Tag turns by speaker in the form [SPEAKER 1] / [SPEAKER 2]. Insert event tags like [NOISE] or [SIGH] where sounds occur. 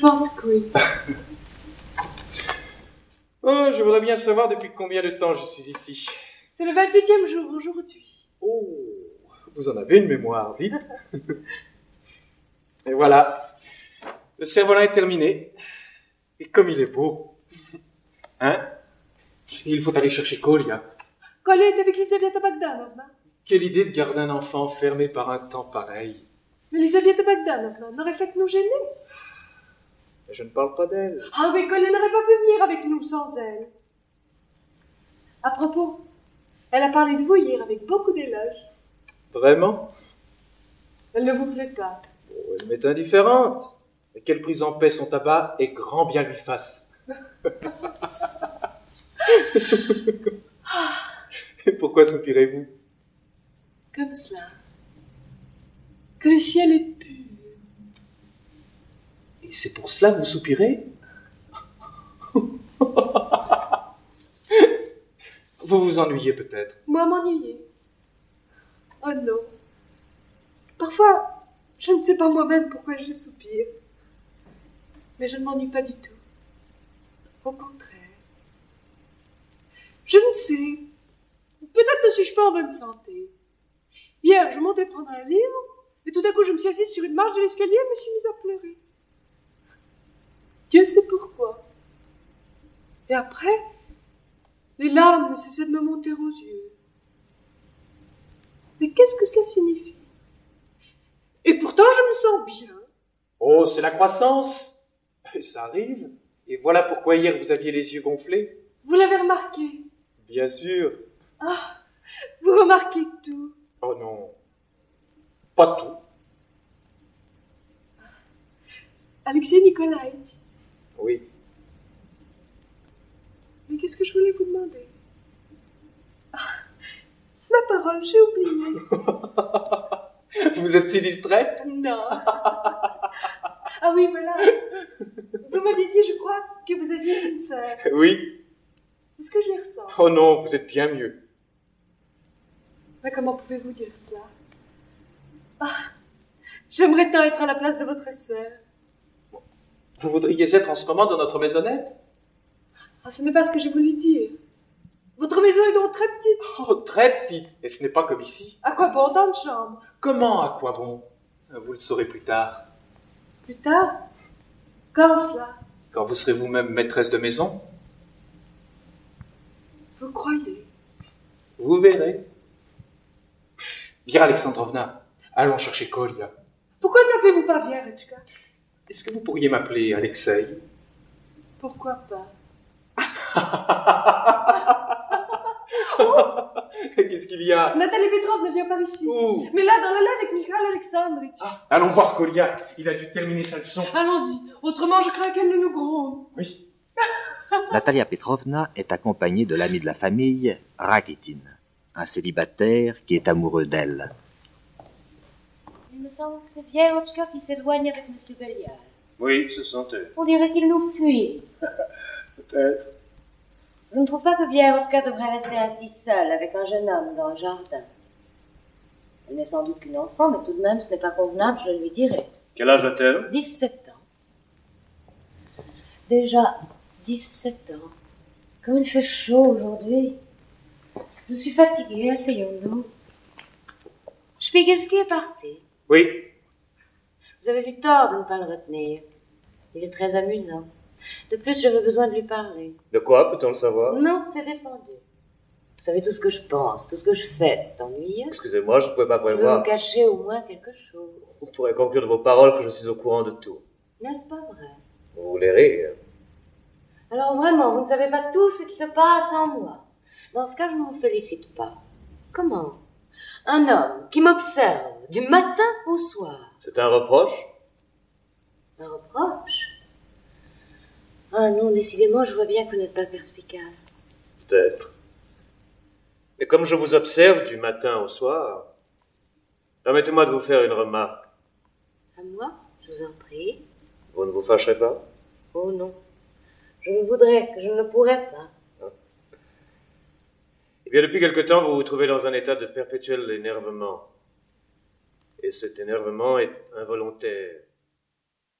[SPEAKER 1] pense que oui.
[SPEAKER 2] Oh, je voudrais bien savoir depuis combien de temps je suis ici.
[SPEAKER 1] C'est le 28e jour aujourd'hui.
[SPEAKER 2] Oh, vous en avez une mémoire, dites. [LAUGHS] Et voilà. Le cerf-volant est terminé. Et comme il est beau. Hein Il faut aller chercher Kolya.
[SPEAKER 1] Kolya est avec Lisaveta Bogdanovna.
[SPEAKER 2] Quelle idée de garder un enfant enfermé par un temps pareil.
[SPEAKER 1] Mais Lisaveta Bogdanovna n'aurait fait que nous gêner.
[SPEAKER 2] Mais je ne parle pas d'elle.
[SPEAKER 1] Ah, mais Kolya n'aurait pas pu venir avec nous sans elle. À propos, elle a parlé de vous hier avec beaucoup d'éloges.
[SPEAKER 2] Vraiment
[SPEAKER 1] Elle ne vous plaît pas.
[SPEAKER 2] Oh, Elle m'est indifférente. Et quelle prise en paix son tabac et grand bien lui fasse. [LAUGHS] et pourquoi soupirez-vous
[SPEAKER 1] Comme cela. Que le ciel est pur.
[SPEAKER 2] Et c'est pour cela que vous soupirez [LAUGHS] Vous vous ennuyez peut-être.
[SPEAKER 1] Moi, m'ennuyer. Oh non. Parfois, je ne sais pas moi-même pourquoi je soupire. Mais je ne m'ennuie pas du tout. Au contraire. Je ne sais. Peut-être ne suis-je pas en bonne santé. Hier, je montais prendre un livre, et tout à coup, je me suis assise sur une marche de l'escalier et me suis mise à pleurer. Dieu sait pourquoi. Et après, les larmes ne cessaient de me monter aux yeux. Mais qu'est-ce que cela signifie Et pourtant, je me sens bien.
[SPEAKER 2] Oh, c'est la croissance Ça arrive. Et voilà pourquoi hier vous aviez les yeux gonflés.
[SPEAKER 1] Vous l'avez remarqué.
[SPEAKER 2] Bien sûr.
[SPEAKER 1] Vous remarquez tout.
[SPEAKER 2] Oh non. Pas tout.
[SPEAKER 1] Alexei Nikolaïch.
[SPEAKER 2] Oui. [LAUGHS]
[SPEAKER 1] Mais qu'est-ce que je voulais vous demander Ah, Ma parole, j'ai oublié.
[SPEAKER 2] Vous êtes si distraite
[SPEAKER 1] Non. [LAUGHS] Ah oui, voilà. Vous m'aviez dit, je crois, que vous aviez une sœur.
[SPEAKER 2] Oui.
[SPEAKER 1] Est-ce que je les ressens
[SPEAKER 2] Oh non, vous êtes bien mieux.
[SPEAKER 1] Mais comment pouvez-vous dire cela Ah, J'aimerais tant être à la place de votre sœur.
[SPEAKER 2] Vous voudriez être en ce moment dans notre maisonnette
[SPEAKER 1] Ah, ce n'est pas ce que je voulais dire. Votre maison est donc très petite.
[SPEAKER 2] Oh, très petite. Et ce n'est pas comme ici.
[SPEAKER 1] À quoi bon tant de chambres
[SPEAKER 2] Comment, à quoi bon Vous le saurez plus tard,
[SPEAKER 1] Plus tard Quand cela
[SPEAKER 2] quand vous serez vous-même maîtresse de maison.
[SPEAKER 1] Vous croyez
[SPEAKER 2] Vous verrez. Bien, Alexandrovna, allons chercher Kolya.
[SPEAKER 1] Pourquoi ne m'appelez-vous pas Vierechka
[SPEAKER 2] Est-ce que vous pourriez m'appeler Alexei
[SPEAKER 1] Pourquoi pas
[SPEAKER 2] [LAUGHS] Qu'est-ce qu'il y a
[SPEAKER 1] Nathalie Petrov ne vient pas ici.
[SPEAKER 2] Ouh.
[SPEAKER 1] Mais là, dans la lave avec Mikhail Alexandrovitch.
[SPEAKER 2] Allons voir Kolya. Il a dû terminer sa leçon.
[SPEAKER 1] Ah, Allons-y, autrement je crains qu'elle ne nous gronde.
[SPEAKER 2] Oui.
[SPEAKER 3] Natalia Petrovna est accompagnée de l'ami de la famille, Rakitin, un célibataire qui est amoureux d'elle.
[SPEAKER 4] Il me semble que c'est Vierotchka qui s'éloigne avec Monsieur Béliard.
[SPEAKER 5] Oui, ce sont eux,
[SPEAKER 4] On dirait qu'il nous fuit.
[SPEAKER 5] [LAUGHS] peut-être.
[SPEAKER 4] Je ne trouve pas que Vierotchka devrait rester ainsi seule avec un jeune homme dans le jardin. Elle n'est sans doute qu'une enfant, mais tout de même, ce n'est pas convenable, je lui dirai.
[SPEAKER 5] Quel âge a-t-elle
[SPEAKER 4] 17 ans. Déjà 17 ans. Comme il fait chaud aujourd'hui. Je suis fatiguée, asseyons-nous. Spiegelski est parti.
[SPEAKER 2] Oui.
[SPEAKER 4] Vous avez eu tort de ne pas le retenir. Il est très amusant. De plus, j'avais besoin de lui parler.
[SPEAKER 5] De quoi peut-on le savoir
[SPEAKER 4] Non, c'est défendu. Vous savez tout ce que je pense, tout ce que je fais, c'est ennuyeux.
[SPEAKER 5] Excusez-moi, je ne pouvais pas
[SPEAKER 4] Je veux vous
[SPEAKER 5] prévoir.
[SPEAKER 4] cacher au moins quelque chose.
[SPEAKER 5] Vous pourrez conclure de vos paroles que je suis au courant de tout.
[SPEAKER 4] N'est-ce pas vrai
[SPEAKER 5] Vous voulez rire
[SPEAKER 4] Alors vraiment, vous ne savez pas tout ce qui se passe en moi. Dans ce cas, je ne vous félicite pas. Comment Un homme qui m'observe du matin au soir.
[SPEAKER 5] C'est un reproche
[SPEAKER 4] Un reproche Ah non, décidément, je vois bien que vous n'êtes pas perspicace.
[SPEAKER 5] Peut-être. Mais comme je vous observe du matin au soir, permettez-moi de vous faire une remarque.
[SPEAKER 4] À moi, je vous en prie.
[SPEAKER 5] Vous ne vous fâcherez pas
[SPEAKER 4] Oh non. Je ne voudrais que je ne le pourrais pas.
[SPEAKER 5] Eh bien, depuis quelque temps, vous vous trouvez dans un état de perpétuel énervement. Et cet énervement est involontaire.